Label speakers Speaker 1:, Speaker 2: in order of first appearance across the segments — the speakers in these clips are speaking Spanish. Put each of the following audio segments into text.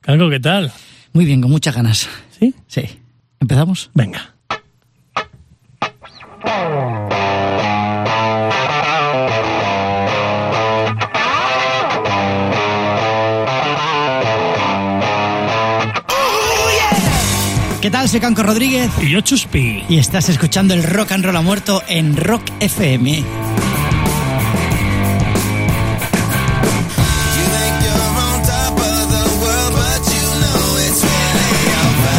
Speaker 1: Cargo, ¿qué tal?
Speaker 2: Muy bien, con muchas ganas.
Speaker 1: ¿Sí?
Speaker 2: Sí. ¿Empezamos?
Speaker 1: Venga.
Speaker 2: ¿Qué tal? Soy Canco Rodríguez
Speaker 1: Y yo chuspi.
Speaker 2: y estás escuchando el Rock and Roll ha muerto en Rock FM.
Speaker 3: You think you're on top of the world, but you know it's really over.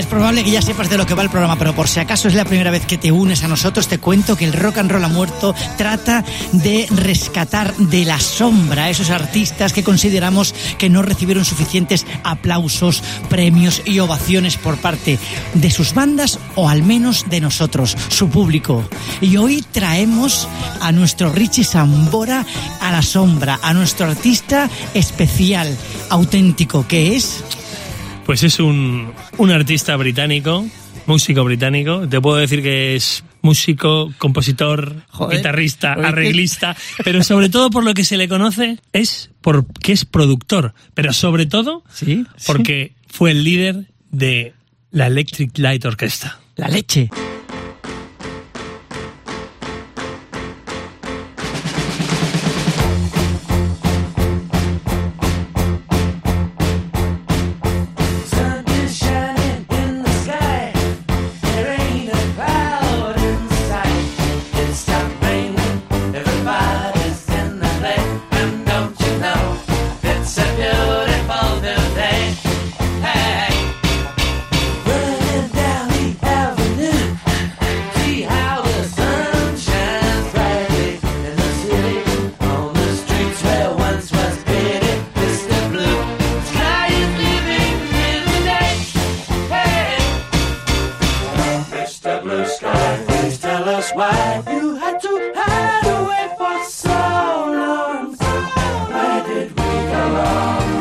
Speaker 2: Es probable que ya sepas de lo que va el programa, pero por si acaso es la primera vez que te unes a nosotros, te cuento que el Rock and Roll ha muerto trata de rescatar de la sombra a esos artistas que consideramos que no recibieron suficientes aplausos, premios y ovaciones por parte de sus bandas o al menos de nosotros, su público. Y hoy traemos a nuestro Richie Sambora a la sombra, a nuestro artista especial, auténtico, que es...
Speaker 1: Pues es un, un artista británico, músico británico. Te puedo decir que es músico, compositor,
Speaker 2: Joder.
Speaker 1: guitarrista,
Speaker 2: Joder, qué-
Speaker 1: arreglista, pero sobre todo por lo que se le conoce es porque es productor, pero sobre todo
Speaker 2: Sí,
Speaker 1: porque fue el líder de la Electric Light Orchestra.
Speaker 2: La leche.
Speaker 4: Sun is shining in the sky. There ain't a cloud in sight. It's stopped raining. Everybody's in the play. And don't you know it's a beautiful new day? Hey, running down the avenue, see how the sun shines brightly in the city. On the streets where once was pity, it's the blue sky is living in the day. Hey. Mr. Blue Sky, please tell us why you had to hide away for so long. Where did we go wrong?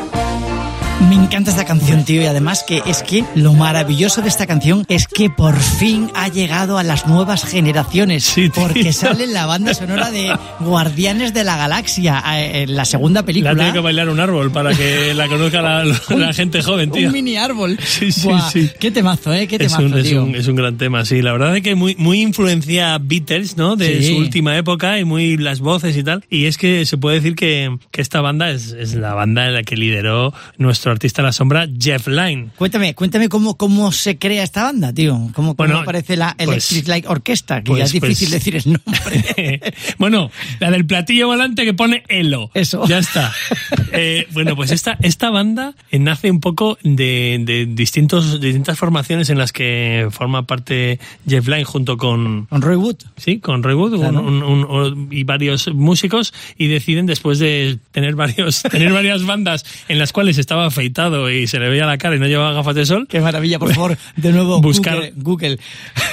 Speaker 2: Me encanta esta canción, tío, y además que es que lo maravilloso de esta canción es que por fin ha llegado a las nuevas generaciones,
Speaker 1: Sí, tío.
Speaker 2: porque sale en la banda sonora de Guardianes de la Galaxia, eh, en la segunda película.
Speaker 1: La tiene que bailar un árbol para que la conozca la, la gente joven, tío.
Speaker 2: Un mini árbol.
Speaker 1: Sí, sí,
Speaker 2: Buah,
Speaker 1: sí.
Speaker 2: Qué temazo, ¿eh? Qué
Speaker 1: Es
Speaker 2: temazo,
Speaker 1: un, es,
Speaker 2: tío.
Speaker 1: un, es un gran tema, sí. La verdad es que muy, muy influencia Beatles, ¿no? De
Speaker 2: Sí.
Speaker 1: su última época y muy las voces y tal. Y es que se puede decir que, que esta banda es, es la banda en la que lideró nuestro artista a la sombra, Jeff Lynne.
Speaker 2: Cuéntame, cuéntame cómo, cómo se crea esta banda, tío. ¿Cómo, cómo
Speaker 1: Bueno,
Speaker 2: aparece la
Speaker 1: pues-
Speaker 2: Electric Light Orchestra? Que ya
Speaker 1: pues-
Speaker 2: es difícil
Speaker 1: pues-
Speaker 2: decir el nombre.
Speaker 1: bueno, la del platillo volante que pone Elo.
Speaker 2: Eso.
Speaker 1: Ya está. Eh, bueno, pues esta, esta banda nace un poco de, de distintos, distintas formaciones en las que forma parte Jeff Lynne junto con,
Speaker 2: Con Roy Wood.
Speaker 1: Sí, con Reboot
Speaker 2: Claro.
Speaker 1: un- un- un- y varios músicos y deciden después de tener varios tener varias bandas en las cuales estaba afeitado y se le veía la cara y no llevaba gafas de sol.
Speaker 2: Qué maravilla, por favor, de nuevo,
Speaker 1: Buscar-
Speaker 2: Google- Google.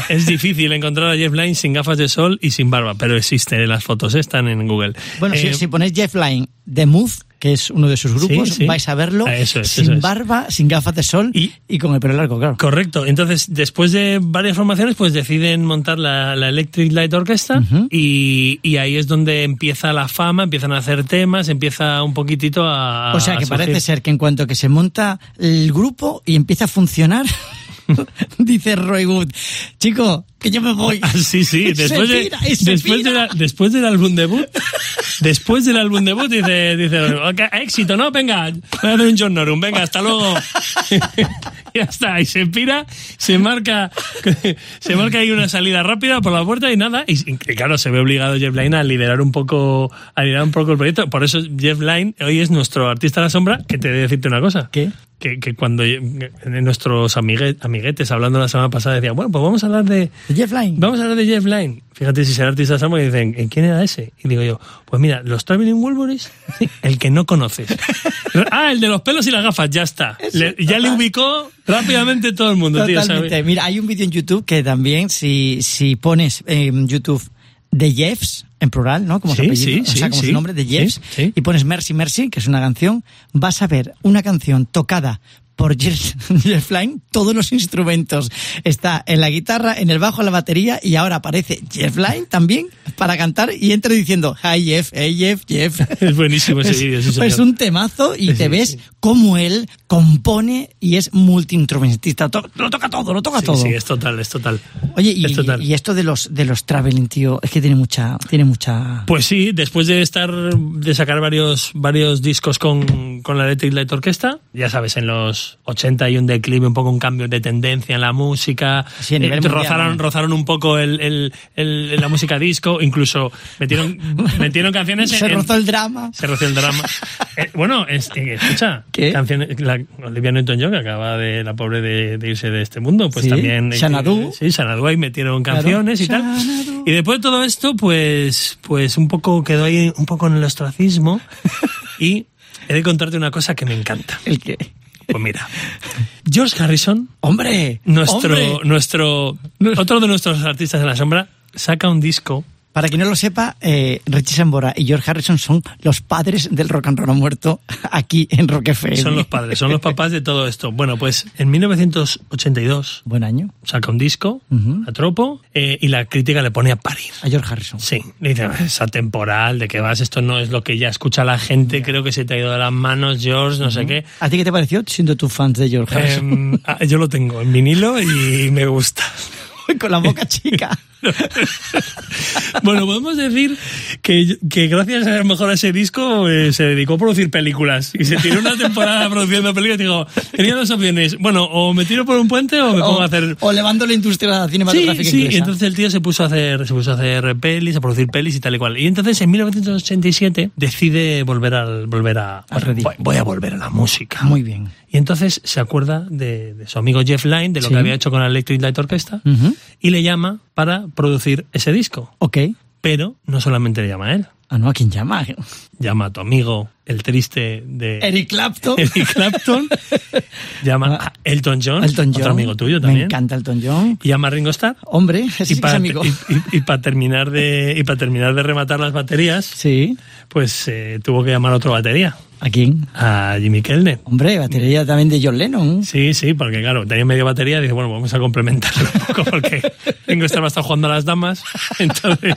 Speaker 1: Es difícil encontrar a Jeff Lynne sin gafas de sol y sin barba, pero existen eh, las fotos, están en Google.
Speaker 2: Bueno,
Speaker 1: Eh,
Speaker 2: si, si ponéis Jeff Lynne, The Move, que es uno de sus grupos,
Speaker 1: Sí, sí.
Speaker 2: vais a verlo
Speaker 1: Ah, eso es,
Speaker 2: sin
Speaker 1: eso es.
Speaker 2: barba, sin gafas de sol y,
Speaker 1: Y-
Speaker 2: con el pelo largo, claro.
Speaker 1: Correcto. Entonces, después de varias formaciones, pues deciden montar la, la Electric Light Orchestra y, y ahí es donde empieza la fama, empiezan a hacer temas, empieza un poquitito a...
Speaker 2: o sea,
Speaker 1: a
Speaker 2: que
Speaker 1: surgir.
Speaker 2: parece ser que en cuanto que se monta el grupo y empieza a funcionar, dice Roy Wood, chico, que yo me voy.
Speaker 1: Ah, sí, sí.
Speaker 2: Se
Speaker 1: Después, de-
Speaker 2: pira y se
Speaker 1: después,
Speaker 2: pira.
Speaker 1: de la- después del álbum debut, después del álbum debut, dice, dice "Ok, éxito, ¿no? Venga, voy a hacer un John Norum, venga, hasta luego. ya está, y se pira, se marca, se marca ahí una salida rápida por la puerta y nada. Y, y claro, se ve obligado Jeff Lynne a liderar un poco, a liderar un poco el proyecto. Por eso Jeff Lynne hoy es nuestro artista a la sombra, que te he de decirte una cosa
Speaker 2: ¿Qué?
Speaker 1: que, que cuando eh, nuestros amigue- amiguetes hablando la semana pasada decían, bueno, pues vamos a hablar de
Speaker 2: ¿De Jeff Lynne?
Speaker 1: Vamos a hablar de Jeff Lynne. Fíjate si será artista Samo y dicen, ¿en quién era ese? Y digo yo, pues mira, los Traveling Wilburys, el que no conoces. ah, el de los pelos y las gafas, ya está. Le- ya le ubicó rápidamente todo el mundo, tío.
Speaker 2: Totalmente.
Speaker 1: ¿sabes?
Speaker 2: Mira, hay un vídeo en YouTube que también, si, si pones en YouTube The Jeffs, en plural, ¿no? Como su
Speaker 1: Sí,
Speaker 2: apellido,
Speaker 1: sí,
Speaker 2: o sea,
Speaker 1: sí,
Speaker 2: como su
Speaker 1: sí.
Speaker 2: nombre, The
Speaker 1: Sí,
Speaker 2: Jeffs,
Speaker 1: sí.
Speaker 2: y pones Mercy Mercy, que es una canción, vas a ver una canción tocada por Jeff Jeff Lynne todos los instrumentos. Está en la guitarra, en el bajo, en la batería y ahora aparece Jeff Lynne también para cantar y entra diciendo Hi Jeff, hey Jeff, Jeff.
Speaker 1: Es buenísimo ese vídeo, Pues sí,
Speaker 2: Es,
Speaker 1: señor.
Speaker 2: es un temazo y
Speaker 1: Sí,
Speaker 2: te
Speaker 1: sí,
Speaker 2: ves
Speaker 1: sí.
Speaker 2: cómo él compone y es multiinstrumentista. To- Lo toca todo, lo toca
Speaker 1: Sí,
Speaker 2: todo.
Speaker 1: sí, es total, es total.
Speaker 2: Oye, y,
Speaker 1: Es total.
Speaker 2: y esto de los de los traveling, tío, es que tiene mucha, tiene mucha.
Speaker 1: Pues sí, después de estar de sacar varios varios discos con, con la Electric Light Orchestra, ya sabes, en los 80 hay un declive, un poco un cambio de tendencia en la música, Eh,
Speaker 2: Sí, a nivel mundial,
Speaker 1: rozaron,
Speaker 2: ¿no?
Speaker 1: rozaron un poco el, el- el- la música disco, incluso metieron, metieron canciones en-
Speaker 2: Se
Speaker 1: en-
Speaker 2: rozó el drama.
Speaker 1: se rozó el drama. Eh, bueno, es- eh, escucha,
Speaker 2: ¿Qué?
Speaker 1: canciones- la, Olivia Newton-John que acaba de la pobre de, de irse de este mundo, pues
Speaker 2: Sí,
Speaker 1: también eh,
Speaker 2: Xanadu.
Speaker 1: sí, Xanadu ahí metieron
Speaker 2: Claro.
Speaker 1: canciones y
Speaker 2: Xanadu.
Speaker 1: tal. Y después de todo esto, pues, pues un poco quedó ahí un poco en el ostracismo y he de contarte una cosa que me encanta.
Speaker 2: El que.
Speaker 1: Pues mira, George Harrison,
Speaker 2: Hombre,
Speaker 1: nuestro
Speaker 2: hombre.
Speaker 1: nuestro otro de nuestros artistas en la sombra, saca un disco
Speaker 2: Para quien no lo sepa, eh, Richie Sambora y George Harrison son los padres del rock and roll muerto aquí en Rock FM.
Speaker 1: Son los padres, son los papás de todo esto. Bueno, pues en 1982
Speaker 2: Buen año
Speaker 1: saca un disco,
Speaker 2: Ujú.
Speaker 1: a tropo, eh, y la crítica le pone a parir.
Speaker 2: a George Harrison.
Speaker 1: Sí, le dice, "Ah, es atemporal, ¿de qué vas? Esto no es lo que ya escucha la gente, creo que se te ha ido de las manos, George, no sé qué.
Speaker 2: ¿A ti qué te pareció siendo tú fan de George Harrison?
Speaker 1: Em, ah, yo lo tengo en vinilo y me gusta.
Speaker 2: Con la boca chica.
Speaker 1: bueno, podemos decir que, que gracias a lo mejor a ese disco eh, se dedicó a producir películas y se tiró una temporada produciendo películas. Digo, tenía dos opciones. Bueno, o me tiro por un puente o me pongo a hacer
Speaker 2: o levando la industria cinematográfica
Speaker 1: Sí, sí,
Speaker 2: inglesa.
Speaker 1: y entonces el tío se puso a hacer se puso a hacer pelis, a producir pelis y tal y cual. Y entonces en 1987 decide volver al volver a
Speaker 2: Al redil.
Speaker 1: voy, voy a volver a la música.
Speaker 2: Ah, Muy bien.
Speaker 1: Y entonces se acuerda de, de su amigo Jeff Lynne, de lo
Speaker 2: Sí. Mm.
Speaker 1: que había hecho con la Electric Light Orchestra,
Speaker 2: Ujú.
Speaker 1: y le llama para producir ese disco.
Speaker 2: Ok.
Speaker 1: Pero no solamente le llama a él,
Speaker 2: Ah, no, ¿a quién llama?
Speaker 1: llama a tu amigo, el triste de
Speaker 2: Eric Clapton.
Speaker 1: Eric Clapton, llama a Elton John,
Speaker 2: Ah. Elton John.
Speaker 1: otro amigo tuyo también,
Speaker 2: Me encanta Elton John.
Speaker 1: y llama a Ringo Starr.
Speaker 2: Hombre, ese sí que es
Speaker 1: para,
Speaker 2: amigo.
Speaker 1: para terminar de y para terminar de rematar las baterías,
Speaker 2: Sí.
Speaker 1: pues eh, tuvo que llamar a otro batería,
Speaker 2: ¿A quién?
Speaker 1: a Jimmy Kelner.
Speaker 2: Hombre, batería también de John Lennon.
Speaker 1: Sí, sí, porque claro, tenía media batería y dije, bueno, vamos a complementarlo un poco porque tengo estar estar jugando a las damas. Entonces,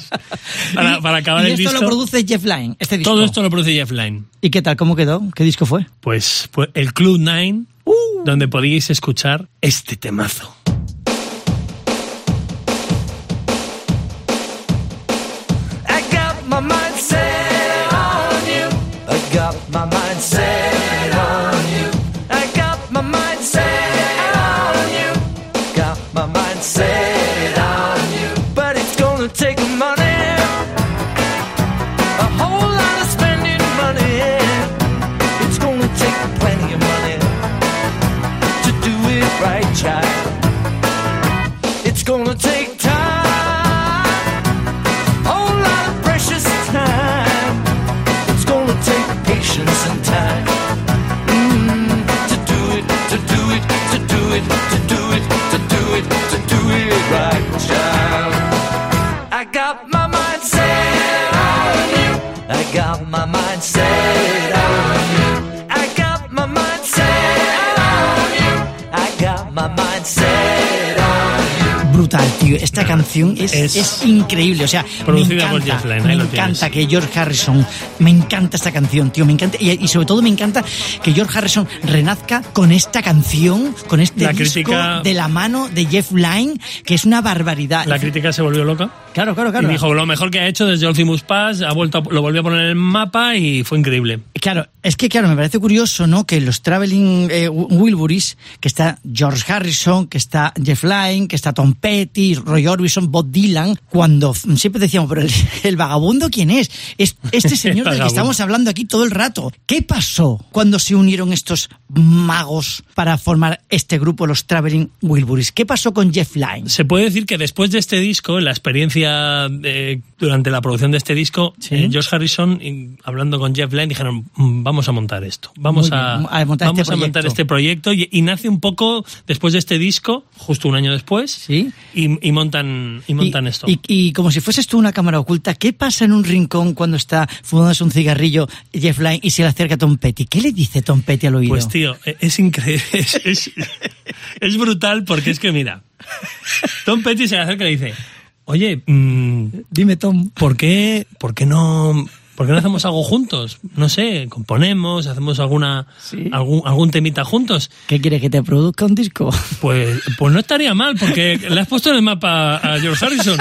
Speaker 1: para, Ah, para acabar
Speaker 2: y
Speaker 1: el
Speaker 2: esto
Speaker 1: disco,
Speaker 2: lo produce Jeff Lynne, este disco.
Speaker 1: todo esto lo produce Jeff Lynne.
Speaker 2: ¿Y qué tal? ¿Cómo quedó? ¿Qué disco fue?
Speaker 1: Pues, pues el Club Nine,
Speaker 2: Uh.
Speaker 1: donde podíais escuchar este temazo.
Speaker 5: I got my mind set on you. I got my mind set on you. I got my mind set on you. Got my mind set on you. But it's gonna take money. A whole lot of spending money. It's gonna take plenty of money to do it right, child. It's gonna take time whole lot of precious time. It's gonna take patience and time Mm, to do it, to do it, to do it, to do it, to do it, to do it right, child. I got my mind set on you. I got my mind set on you. I got my mind set on you. I got my mind set on you.
Speaker 2: Brutal, tío. Esta canción es,
Speaker 1: es-
Speaker 2: es increíble. O sea, me
Speaker 1: Producida por
Speaker 2: encanta,
Speaker 1: Jeff Lynne,
Speaker 2: me
Speaker 1: ahí lo
Speaker 2: encanta
Speaker 1: tienes.
Speaker 2: que George Harrison, me encanta esta canción, tío, me encanta. Y, y sobre todo me encanta que George Harrison renazca con esta canción, con este
Speaker 1: La
Speaker 2: disco
Speaker 1: crítica-
Speaker 2: de la mano de Jeff Lynne, que es una barbaridad.
Speaker 1: La crítica se volvió loca.
Speaker 2: Claro, claro, claro.
Speaker 1: Y dijo, lo mejor que ha hecho desde Ultimus Pass, ha vuelto a- lo volvió a poner en el mapa y fue increíble.
Speaker 2: Claro, es que claro, me parece curioso, ¿no? Que los Traveling eh, Wilburys, que está George Harrison, que está Jeff Lynne, que está Tom Petty, Roy Orbison, Bob Dylan, cuando f- siempre decíamos, pero el, el vagabundo quién es? Es este señor del que
Speaker 1: vagabundo.
Speaker 2: estamos hablando aquí todo el rato. ¿Qué pasó cuando se unieron estos magos para formar este grupo los Traveling Wilburys? ¿Qué pasó con Jeff Lynne?
Speaker 1: Se puede decir que después de este disco, en la experiencia eh, durante la producción de este disco,
Speaker 2: Sí.
Speaker 1: eh, George Harrison, y hablando con Jeff Lynne, dijeron, "Mm, vamos a montar esto, vamos,
Speaker 2: Muy
Speaker 1: a,
Speaker 2: bien, a montar
Speaker 1: vamos
Speaker 2: este
Speaker 1: a montar
Speaker 2: proyecto".
Speaker 1: este proyecto. Y, y nace un poco después de este disco, justo un año después,
Speaker 2: Sí.
Speaker 1: y, y montan, y montan
Speaker 2: y,
Speaker 1: esto.
Speaker 2: Y, y como si fueses tú una cámara oculta, ¿qué pasa en un rincón cuando está fumándose un cigarrillo Jeff Lynne y se le acerca Tom Petty? ¿Qué le dice Tom Petty al oído?
Speaker 1: Pues tío, e- es increíble, es, es- es brutal porque es que mira, Tom Petty se le acerca y le dice, oye, mm,
Speaker 2: Dime, Tom.
Speaker 1: ¿por qué, por qué no... ¿Por qué no hacemos algo juntos? No sé, componemos, hacemos alguna
Speaker 2: Sí.
Speaker 1: algún, algún temita juntos.
Speaker 2: ¿Qué quieres que te produzca un disco?
Speaker 1: Pues, pues no estaría mal, porque le has puesto en el mapa a George Harrison.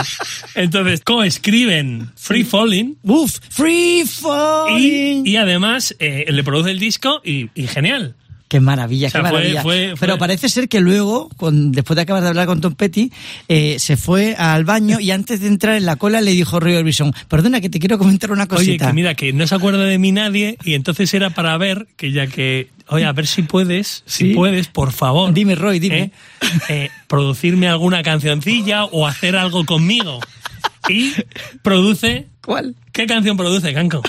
Speaker 1: Entonces, coescriben Free Falling
Speaker 2: ¡Uf! ¡Free
Speaker 1: y,
Speaker 2: Falling!
Speaker 1: y además eh, le produce el disco y, y genial.
Speaker 2: Qué maravilla,
Speaker 1: O sea,
Speaker 2: qué
Speaker 1: fue-
Speaker 2: maravilla.
Speaker 1: fue- fue-
Speaker 2: Pero parece ser que luego, con- después de acabar de hablar con Tom Petty, eh, se fue al baño y antes de entrar en la cola le dijo Roy Bison, perdona que te quiero comentar una
Speaker 1: Oye,
Speaker 2: cosita.
Speaker 1: que mira, que no se acuerda de mí nadie y entonces era para ver que ya que... Oye, a ver si puedes,
Speaker 2: Sí.
Speaker 1: si puedes, por favor.
Speaker 2: Dime, Roy, dime.
Speaker 1: ¿eh? Eh, producirme alguna cancioncilla o hacer algo conmigo. Y produce...
Speaker 2: ¿Cuál?
Speaker 1: ¿Qué canción produce, Canco?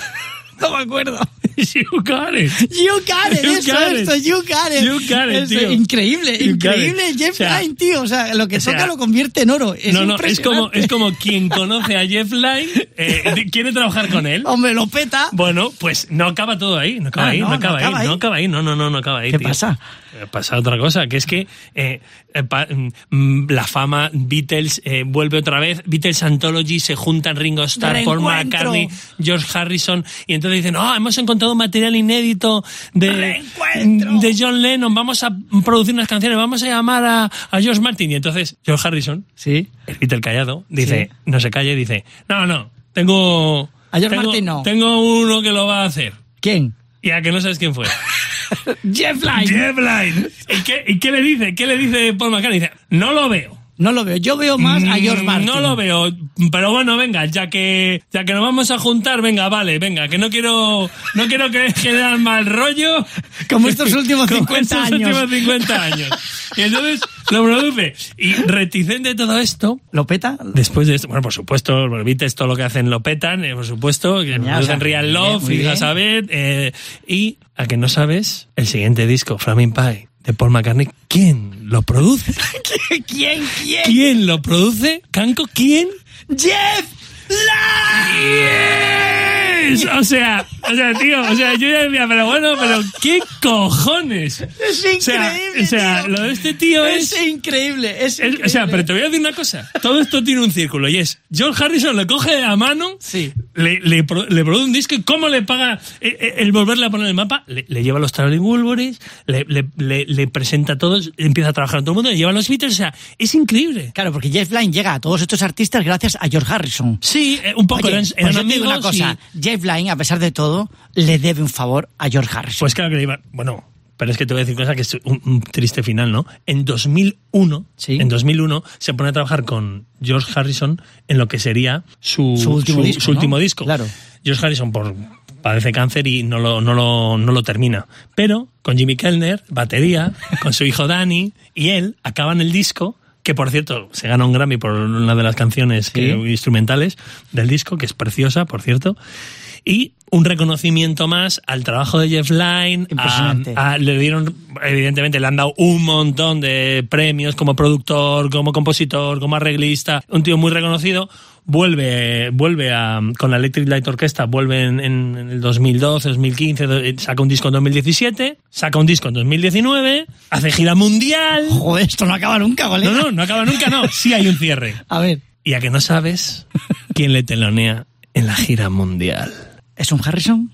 Speaker 2: No me acuerdo.
Speaker 1: You got it.
Speaker 2: You got it,
Speaker 1: You
Speaker 2: eso,
Speaker 1: got it.
Speaker 2: eso, you got it.
Speaker 1: You got it,
Speaker 2: Eso,
Speaker 1: tío.
Speaker 2: Increíble,
Speaker 1: You got
Speaker 2: increíble,
Speaker 1: it.
Speaker 2: Jeff
Speaker 1: O sea,
Speaker 2: Lynne, tío. O sea, lo que
Speaker 1: o sea,
Speaker 2: toca lo convierte en oro. Es
Speaker 1: no, no, es como,
Speaker 2: impresionante.
Speaker 1: es como quien conoce a Jeff Lynne, eh, di- quiere trabajar con él.
Speaker 2: Hombre, lo peta.
Speaker 1: Bueno, pues no acaba todo ahí, no acaba
Speaker 2: Ah,
Speaker 1: ahí,
Speaker 2: no,
Speaker 1: no,
Speaker 2: no
Speaker 1: acaba,
Speaker 2: acaba
Speaker 1: ahí,
Speaker 2: ahí.
Speaker 1: no acaba ahí, no, no, no, no acaba ahí.
Speaker 2: ¿Qué
Speaker 1: tío.
Speaker 2: pasa?
Speaker 1: Eh, Pasa otra cosa, que es que eh, eh, pa- mm, la fama Beatles eh, vuelve otra vez, Beatles Anthology, se juntan Ringo Starr, Paul
Speaker 2: Reencuentro.
Speaker 1: McCartney, George Harrison, y entonces dicen, ah, hemos encontrado material inédito de,
Speaker 2: Reencuentro.
Speaker 1: de John Lennon, vamos a producir unas canciones, vamos a llamar a, a George Martin, y entonces George Harrison
Speaker 2: Sí.
Speaker 1: el Peter callado, dice,
Speaker 2: Sí.
Speaker 1: no se calle, dice, no, no, tengo...
Speaker 2: A George
Speaker 1: tengo,
Speaker 2: Martin no.
Speaker 1: Tengo uno que lo va a hacer.
Speaker 2: ¿Quién?
Speaker 1: Y a que no sabes quién fue.
Speaker 2: Jeff Lynne.
Speaker 1: Jeff Lynne. ¿Y qué, y qué le dice? ¿Qué le dice Paul McCartney? Dice, no lo veo.
Speaker 2: No lo veo. Yo veo más a George
Speaker 1: Mm,
Speaker 2: Martin.
Speaker 1: No lo veo, pero bueno, venga, ya que ya que nos vamos a juntar, venga, vale, venga, que no quiero no quiero que generar mal rollo
Speaker 2: Como estos últimos
Speaker 1: como
Speaker 2: 50
Speaker 1: estos
Speaker 2: años.
Speaker 1: últimos 50 años. Y entonces lo produce y reticente de todo esto,
Speaker 2: ¿Lo peta?
Speaker 1: Después de esto, bueno, por supuesto, los Beatles todo lo que hacen lo petan, eh, por supuesto, que
Speaker 2: o sea,
Speaker 1: producen Real
Speaker 2: muy bien,
Speaker 1: Love,
Speaker 2: muy bien.
Speaker 1: Fijas Sabed, eh, y a que no sabes, el siguiente disco, Flaming Pie, de Paul McCartney, ¿quién lo produce?
Speaker 2: ¿Quién? ¿Quién?
Speaker 1: ¿Quién lo produce? ¿Canco? ¿Quién?
Speaker 2: ¡Jeff Lynne!
Speaker 1: Es- O sea, o sea, tío, o sea, yo ya decía, pero bueno, pero ¿qué cojones?
Speaker 2: Es
Speaker 1: O sea,
Speaker 2: increíble,
Speaker 1: o sea,
Speaker 2: tío.
Speaker 1: lo de este tío es...
Speaker 2: Es increíble, es
Speaker 1: es-
Speaker 2: increíble.
Speaker 1: o sea, pero te voy a decir una cosa. Todo esto tiene un círculo y es, George Harrison le coge de la mano
Speaker 2: Sí.
Speaker 1: le, le, pro- le produce un disco y cómo le paga eh, eh, el volverle a poner el mapa. Le, le lleva a los Traveling Wilburys, le, le, le, le presenta a todos, empieza a trabajar con todo el mundo, le lleva a los Beatles, o sea, es increíble.
Speaker 2: Claro, porque Jeff Lynne llega a todos estos artistas gracias a George Harrison.
Speaker 1: Sí, eh, un poco
Speaker 2: Oye,
Speaker 1: eran,
Speaker 2: pues
Speaker 1: eran
Speaker 2: yo te
Speaker 1: amigos.
Speaker 2: digo una cosa,
Speaker 1: y-
Speaker 2: Jeff Lynne, a pesar de todo, le debe un favor a George Harrison.
Speaker 1: pues claro que le iba. Bueno, pero es que te voy a decir cosa que es un, un triste final, ¿no? En 2001,
Speaker 2: Sí.
Speaker 1: en 2001 se pone a trabajar con George Harrison en lo que sería su,
Speaker 2: Su último disco,
Speaker 1: su último
Speaker 2: ¿no?
Speaker 1: disco.
Speaker 2: Claro.
Speaker 1: George Harrison por padece cáncer y no lo, no lo, no lo termina. Pero con Jimmy Kellner, batería, con su hijo Danny y él acaban el disco, que por cierto se gana un Grammy por una de las canciones que- instrumentales del disco, que es preciosa, por cierto. Y un reconocimiento más al trabajo de Jeff Lynne. a-
Speaker 2: Impresionante.
Speaker 1: a- Ah, le dieron, evidentemente, le han dado un montón de premios como productor, como compositor, como arreglista. Un tío muy reconocido. Vuelve, vuelve a, con la Electric Light Orchestra, vuelve en, en el 2012, 2015, do- eh, saca un disco en 2017, saca un disco en 2019, hace gira mundial.
Speaker 2: Joder, esto no acaba nunca, ¿vale?
Speaker 1: No, no, no acaba nunca, no. Sí hay un cierre.
Speaker 2: A ver,
Speaker 1: Y a que no sabes quién le telonea en la gira mundial.
Speaker 2: ¿es un Harrison?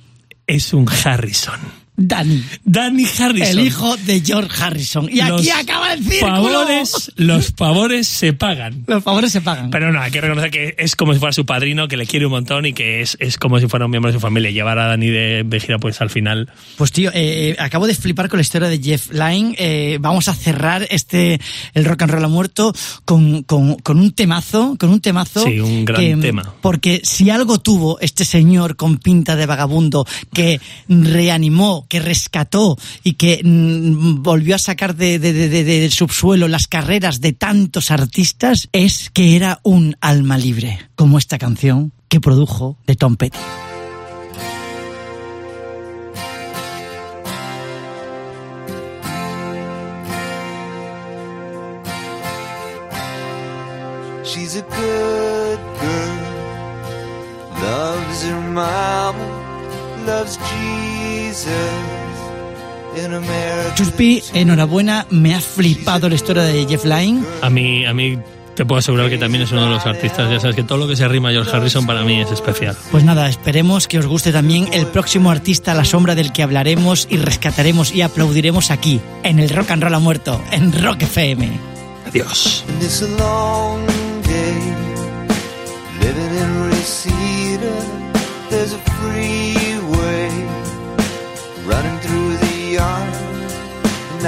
Speaker 1: Es un Harrison.
Speaker 2: Danny,
Speaker 1: Danny Harrison.
Speaker 2: el hijo de George Harrison. Y
Speaker 1: Los
Speaker 2: aquí acaba el círculo.
Speaker 1: Favores, los favores se pagan.
Speaker 2: Los favores se pagan.
Speaker 1: Pero no, hay que reconocer que es como si fuera su padrino, que le quiere un montón y que es, es como si fuera un miembro de su familia. Llevar a Dani de, de gira, pues al final.
Speaker 2: Pues tío, eh, eh, acabo de flipar con la historia de Jeff Lynne. Eh, vamos a cerrar este el rock and roll ha muerto con, con- con un temazo, con un temazo.
Speaker 1: Sí, un gran
Speaker 2: que, mm,
Speaker 1: tema.
Speaker 2: Porque si algo tuvo este señor con pinta de vagabundo que reanimó, que rescató y que mm, volvió a sacar de, de- de- de- del subsuelo las carreras de tantos artistas es que era un alma libre, como esta canción que produjo de Tom Petty.
Speaker 3: She's a good girl. Loves her mama. Loves Jesus. In America.
Speaker 2: Chuspi, enhorabuena, me ha flipado la historia de Jeff Lynne.
Speaker 1: A mí, a mí te puedo asegurar que también es uno de los artistas. Ya sabes que todo lo que se arrima a George Harrison para mí es especial.
Speaker 2: Pues nada, esperemos que os guste también el próximo artista a la sombra del que hablaremos y rescataremos y aplaudiremos aquí, en el Rock and Roll ha muerto, en Rock FM.
Speaker 1: Adiós.
Speaker 3: And it's a long day living in Reseda. There's a freeway running through the yard. And